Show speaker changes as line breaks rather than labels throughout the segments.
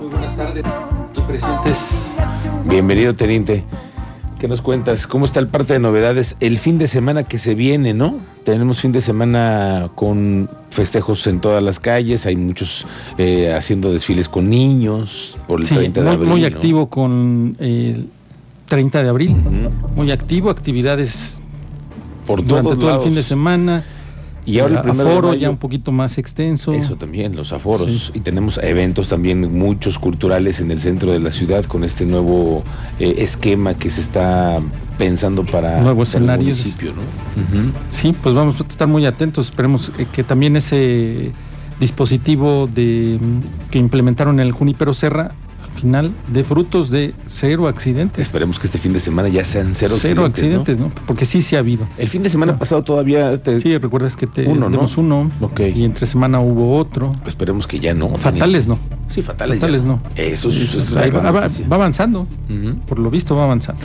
Muy buenas tardes, aquí presentes. Bienvenido, Teniente. ¿Qué nos cuentas? ¿Cómo está el parte de novedades? El fin de semana que se viene, ¿no? Tenemos fin de semana con festejos en todas las calles, hay muchos eh, haciendo desfiles con niños por el
sí,
30 de
muy,
abril.
Muy
¿no?
activo con el 30 de abril,
Ujú.
muy activo, actividades
Por
durante
todos
todo
lados.
el fin de semana,
Y ahora el
eh,
primero de
aforo
mayo-
ya un poquito más extenso.
Eso también, los aforos. Y tenemos eventos también, muchos culturales en el centro de la ciudad con este nuevo eh, esquema que se está pensando para,
Nuevos
para el
escenarios.
municipio, ¿no?
Sí, pues vamos a estar muy atentos, esperemos eh, que también ese dispositivo de mm, que implementaron en el Junipero Serra al final de frutos de cero accidentes.
Esperemos que este fin de semana ya sean cero,
cero
accidentes.
accidentes, ¿no? Porque sí se ha habido.
¿no? El fin de semana pasado todavía te-
Sí, recuerdas que te
Uno, ¿no?
dimos uno
Ok.
y entre semana hubo otro.
Esperemos que ya no.
Fatales no.
Daniel. Sí, fatales.
Fatales
ya
no.
Eso, sí, eso es
pues, Ahí
una
va,
gran
va-
noticia.
va avanzando,
Ujú.
por lo visto va avanzando.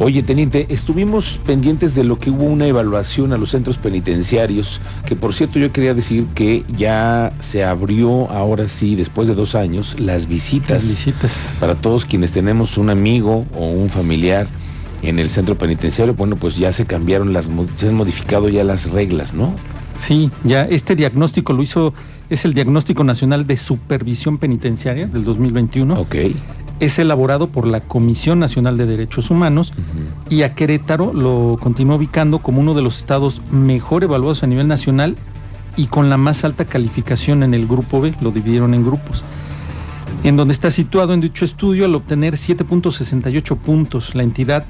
Oye, teniente, estuvimos pendientes de lo que hubo una evaluación a los centros penitenciarios, que por cierto yo quería decir que ya se abrió ahora sí, después de dos años, las visitas
Las visitas.
para todos quienes tenemos un amigo o un familiar en el centro penitenciario. Bueno, pues ya se cambiaron las, mo- se han modificado ya las reglas, ¿no?
Sí, ya este diagnóstico lo hizo, es el Diagnóstico Nacional de Supervisión Penitenciaria del 2021.
Ok.
Es elaborado por la Comisión Nacional de Derechos Humanos
Ujú.
y a Querétaro lo continúa ubicando como uno de los estados mejor evaluados a nivel nacional y con la más alta calificación en el grupo B, lo dividieron en grupos. En donde está situado en dicho estudio, al obtener 7.68 puntos, la entidad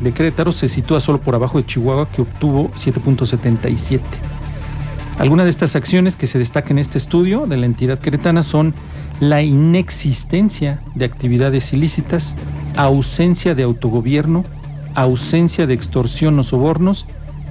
de Querétaro se sitúa solo por abajo de Chihuahua, que obtuvo 7.77. Algunas de estas acciones que se destacan en este estudio de la entidad queretana son la inexistencia de actividades ilícitas, ausencia de autogobierno, ausencia de extorsión o sobornos,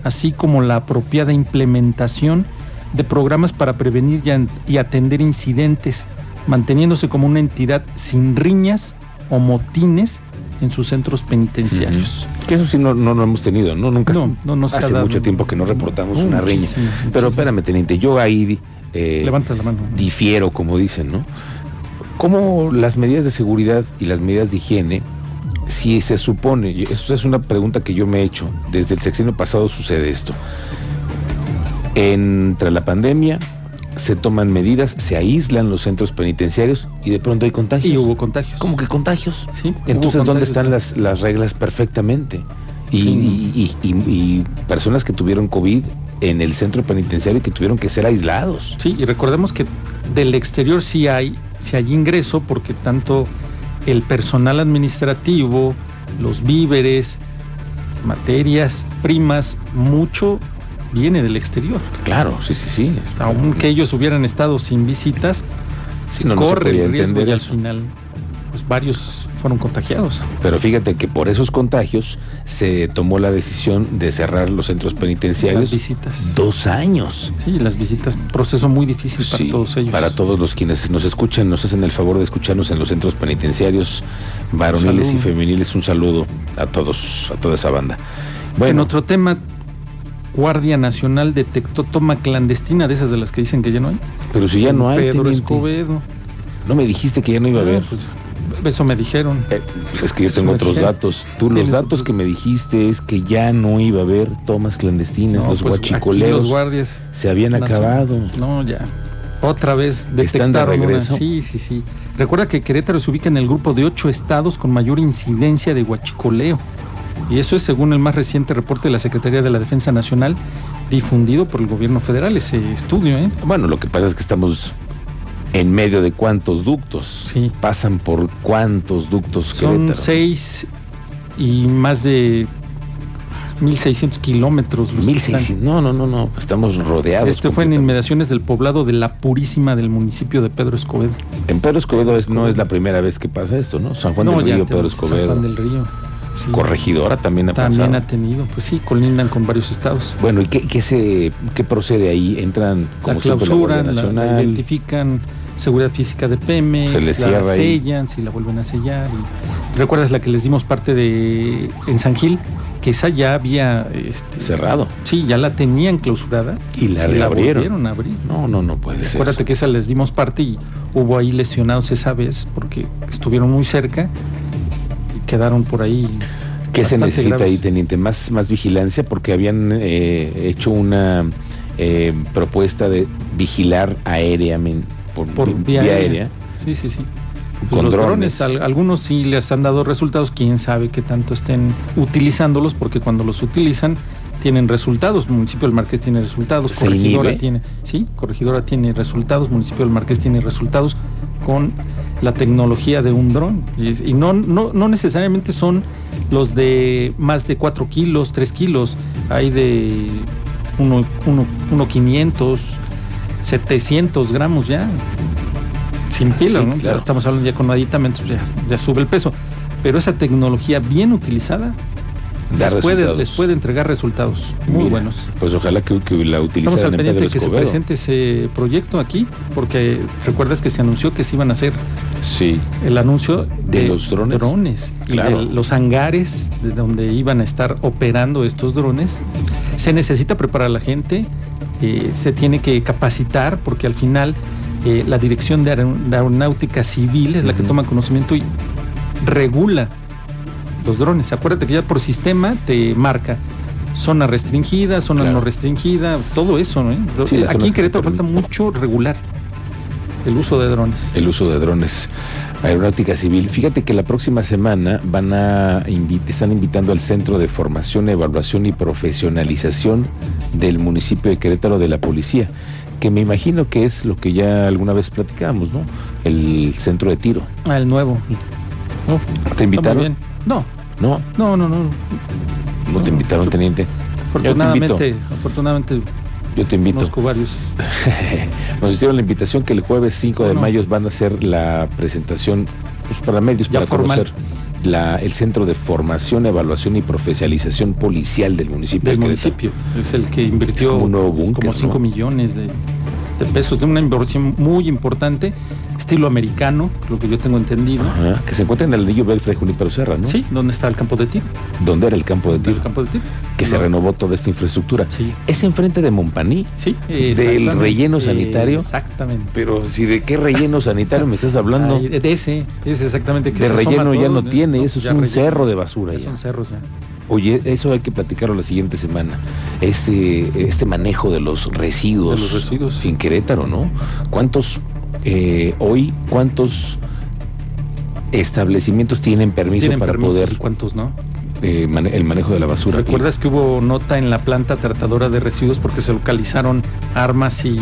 así como la apropiada implementación de programas para prevenir y an- y atender incidentes, manteniéndose como una entidad sin riñas o motines en sus centros penitenciarios.
Que eso sí no, no lo hemos tenido, ¿no? Nunca.
No, no, no se ha
Hace
dado.
mucho tiempo que no reportamos una riña.
Muchísimo, muchísimo.
Pero espérame, teniente, yo ahí... eh,
Levanta la mano.
difiero, como dicen, ¿no? ¿Cómo las medidas de seguridad y las medidas de higiene, si se supone, y eso es una pregunta que yo me he hecho, desde el sexenio pasado sucede esto, entre la pandemia se toman medidas, se aíslan los centros penitenciarios y de pronto hay contagios.
Y hubo contagios.
¿Cómo que contagios?
Sí,
Entonces,
hubo
¿dónde
contagios.
están las, las reglas perfectamente? Y,
Sí.
y- y- y- y personas que tuvieron COVID en el centro penitenciario que tuvieron que ser aislados.
Sí, y recordemos que del exterior sí hay, sí hay ingreso porque tanto el personal administrativo, los víveres, materias, primas, mucho viene del exterior.
Claro, sí, sí, sí.
Aunque ellos hubieran estado sin visitas,
Sí, no, no se
corre
podía
el riesgo
entender
y al
eso.
final pues varios fueron contagiados.
Pero fíjate que por esos contagios se tomó la decisión de cerrar los centros
Las
penitenciarios
visitas.
dos años.
Sí, las visitas, proceso muy difícil para
Sí,
todos ellos.
para todos los quienes nos escuchan, nos hacen el favor de escucharnos en los centros penitenciarios varoniles y
Saludo.
femeniles. Un saludo a todos, a toda esa banda.
En
Bueno,
otro tema, Guardia Nacional detectó toma clandestina de esas de las que dicen que ya no hay.
pero si ya no hay,
Pedro
teniente,
Escobedo.
no me dijiste que ya no iba a haber.
Ah, pues, eso me dijeron.
Eh, es que yo
Eso
tengo
me
otros
dijeron.
datos. Tú los
Pues, Tienes
datos
otros-
que me dijiste es que ya no iba a haber tomas clandestinas,
No,
los
pues, aquí
guachicoleros.
los guardias.
se habían
nacion-
acabado.
No, ya. Otra vez
de
detectaron una-
regreso?
Sí, sí, sí. Recuerda que Querétaro se ubica en el grupo de ocho estados con mayor incidencia de huachicoleo. Y eso es según el más reciente reporte de la Secretaría de la Defensa Nacional, difundido por el gobierno federal, ese estudio, ¿eh?
Bueno, lo que pasa es que estamos en medio de cuántos ductos.
Sí.
Pasan por cuántos ductos
Son
Pues Querétaro?
seis y más de 1.600 kilómetros. los pues, que están.
1600. No, no, no, no. Estamos rodeados.
Este fue en
completamente.
inmediaciones del poblado de La Purísima del municipio de Pedro Escobedo.
En Pedro Escobedo es- no
Escobedo.
es la primera vez que pasa esto, ¿no? San Juan
No,
del
ya
Río,
te-
Pedro
San
Escobedo.
Juan del Río. sí.
Corregidora también ha
También
pasado.
ha tenido, pues sí, colindan con varios estados.
Bueno, ¿y qué, qué se, qué procede ahí? Entran
La
como siempre,
clausuran, la,
Guardia
la
Nacional.
identifican, seguridad física de Pemex,
Se les
la
cierra ahí.
sellan, si la vuelven a sellar. y- ¿Recuerdas la que les dimos parte de en San Gil? Que esa ya había este,
Cerrado.
Sí, ya la tenían clausurada.
Y la reabrieron.
volvieron a abrir.
no, no, no puede ser.
Acuérdate que esa les dimos parte y hubo ahí lesionados esa vez porque estuvieron muy cerca y quedaron por ahí.
¿Qué se necesita graves. ahí, teniente? Más, más vigilancia porque habían eh, hecho una eh, propuesta de vigilar aéreamente por, por vía, vía, aérea.
Sí, sí, sí. Pues con los drones. drones. algunos sí les han dado resultados, quién sabe qué tanto estén utilizándolos, porque cuando los utilizan tienen resultados. Municipio del Marqués tiene resultados,
¿Se
Corregidora
inhibe?
tiene, sí, Corregidora tiene resultados, Municipio del Marqués tiene resultados con la tecnología de un dron. Y, y no, no, no necesariamente son los de más de 4 kilos, 3 kilos, hay de 1,500, uno, uno, uno 500, 700 gramos ya sin pila, Ah, sí, ¿no? Claro. Estamos hablando ya con aditamentos, pues ya, ya, sube el peso. Pero esa tecnología bien utilizada les puede, les puede, entregar resultados muy Mira, buenos.
Pues ojalá que, que la utilicen.
Estamos al pendiente de que se presente ese proyecto aquí, porque recuerdas que se anunció que se iban a hacer
sí.
el anuncio
de, de los drones,
drones claro. y de los hangares de donde iban a estar operando estos drones. Se necesita preparar a la gente, eh, se tiene que capacitar, porque al final eh, la Dirección de, Aeron de, Aeronáutica Civil es la uh -huh. que toma conocimiento y regula los drones. Acuérdate que ya por sistema te marca zona restringida, zona claro. no restringida, todo eso. ¿no? Sí, Aquí en Querétaro falta mucho regular el uso de drones.
El uso de drones. Aeronáutica Civil. Fíjate que la próxima semana van a invite, están invitando al Centro de Formación, Evaluación y Profesionalización del municipio de Querétaro de la Policía que me imagino que es lo que ya alguna vez platicamos, ¿no? El centro de tiro.
Ah, el nuevo.
No, ¿Te invitaron?
Bien. No.
No.
No, no, no.
No te invitaron, yo, teniente.
Afortunadamente, yo te afortunadamente.
Yo te invito.
Conozco varios.
Nos hicieron la invitación que el jueves 5 de no, no. mayo van a hacer la presentación pues, para medios,
ya
para
formal.
conocer la, el Centro de Formación, Evaluación y Profesionalización Policial del municipio.
Del de municipio, es el que invirtió
como, un nuevo bunker,
como 5 ¿no? millones de, de, pesos, de una inversión muy importante, estilo americano, lo que yo tengo entendido.
Ajá, que se encuentra en el anillo Belfre Junípero Serra, ¿no?
Sí, donde está el campo de tiro.
¿Dónde era el campo de tiro?
El campo de tiro.
Que no. se renovó toda esta infraestructura.
Sí.
Es enfrente de Mompaní.
Sí,
Del relleno sanitario.
Exactamente.
Pero si de qué relleno sanitario me estás hablando. Ay,
de ese, es exactamente que
De se relleno ya no tiene eso es
ya
un relleno. cerro de basura.
Ya, ya. Son cerros ya.
Oye, eso hay que platicarlo la siguiente semana. Este, este manejo de los residuos.
De los residuos.
En Querétaro, ¿no? ¿Cuántos, eh, hoy, cuántos establecimientos tienen permiso
¿Tienen
para
permisos?
poder.
¿Cuántos no?
Eh, mane el manejo de la basura.
¿Recuerdas que hubo nota en la planta tratadora de residuos porque se localizaron armas y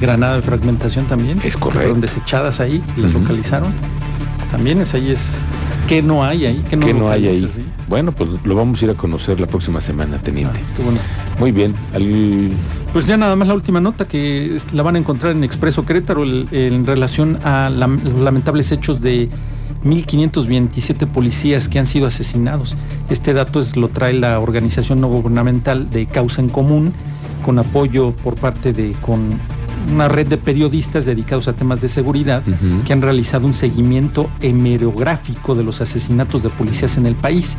granada de fragmentación también?
Es correcto.
Fueron desechadas ahí, y las uh -huh. localizaron. También es ahí es ¿Qué no hay ahí?
¿Qué no, ¿Qué no hay ahí? ¿Sí? Bueno, pues lo vamos a ir a conocer la próxima semana, teniente.
Ah, bueno.
Muy bien. Al...
Pues ya nada más la última nota que es, la van a encontrar en Expreso Querétaro el, en relación a la, los lamentables hechos de 1.527 policías que han sido asesinados. Este dato es, lo trae la organización no gubernamental de Causa en Común con apoyo por parte de con una red de periodistas dedicados a temas de seguridad uh -huh. que han realizado un seguimiento hemerográfico de los asesinatos de policías en el país.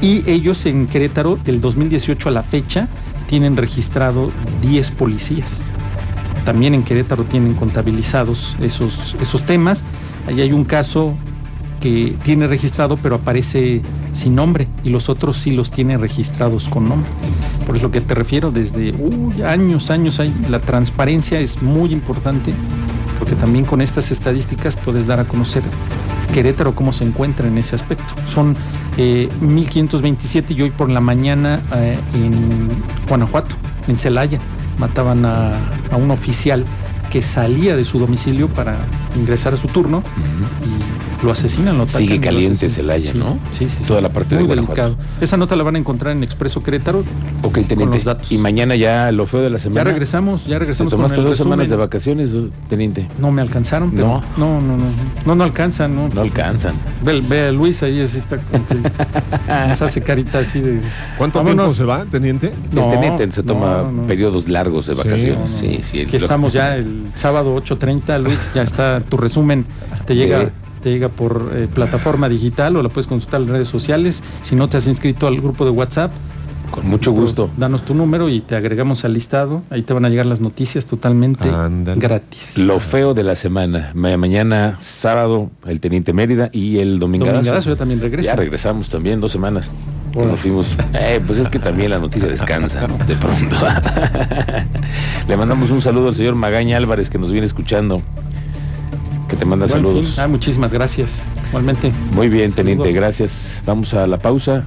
Y ellos en Querétaro, del 2018 a la fecha, tienen registrado 10 policías. También en Querétaro tienen contabilizados esos, esos temas. Ahí hay un caso que tiene registrado, pero aparece sin nombre, y los otros sí los tiene registrados con nombre. Por lo que te refiero, desde uy, años, años, hay, la transparencia es muy importante, porque también con estas estadísticas puedes dar a conocer Querétaro cómo se encuentra en ese aspecto. Son eh, 1527 y hoy por la mañana eh, en Guanajuato, en Celaya, mataban a, a, un oficial que salía de su domicilio para ingresar a su turno uh -huh. y lo asesinan, lo
Sigue caliente Celaya,
sí,
¿no?
Sí, sí, sí.
Toda la parte
Muy
de
delicado. Esa nota la van a encontrar en Expreso Querétaro.
Ok, teniente. Con los datos. Y mañana ya lo feo de la semana.
Ya regresamos, ya regresamos.
¿Te tomaste con el dos resumen. semanas de vacaciones, teniente?
No me alcanzaron, pero. No, no, no. No, no, no alcanzan, ¿no?
No alcanzan.
Ve, ve a Luis ahí, así está. nos hace carita así de.
¿Cuánto Vámonos. tiempo se va, teniente?
No, el teniente se toma no, periodos largos de vacaciones. Sí, sí.
Aquí estamos ya el sábado 8.30, Luis, ya está tu resumen. Te llega te llega por eh, plataforma digital o la puedes consultar en redes sociales. Si no te has inscrito al grupo de WhatsApp,
Con mucho gusto.
Danos tu número y te agregamos al listado. Ahí te van a llegar las noticias totalmente
Ándale.
gratis.
Lo feo de la semana. Ma- Mañana, sábado, el Teniente Mérida y el Domingadazo.
Domingadazo ya también regresa.
Ya regresamos también, dos semanas. que
Hola.
Nos fuimos. Eh, pues es que también la noticia descansa, ¿no? De pronto. Le mandamos un saludo al señor Magaña Álvarez que nos viene escuchando. Que te manda
Buen
saludos.
fin. Ah, muchísimas gracias. Igualmente.
Muy bien, Teniente,
Saludo.
gracias. Vamos a la pausa.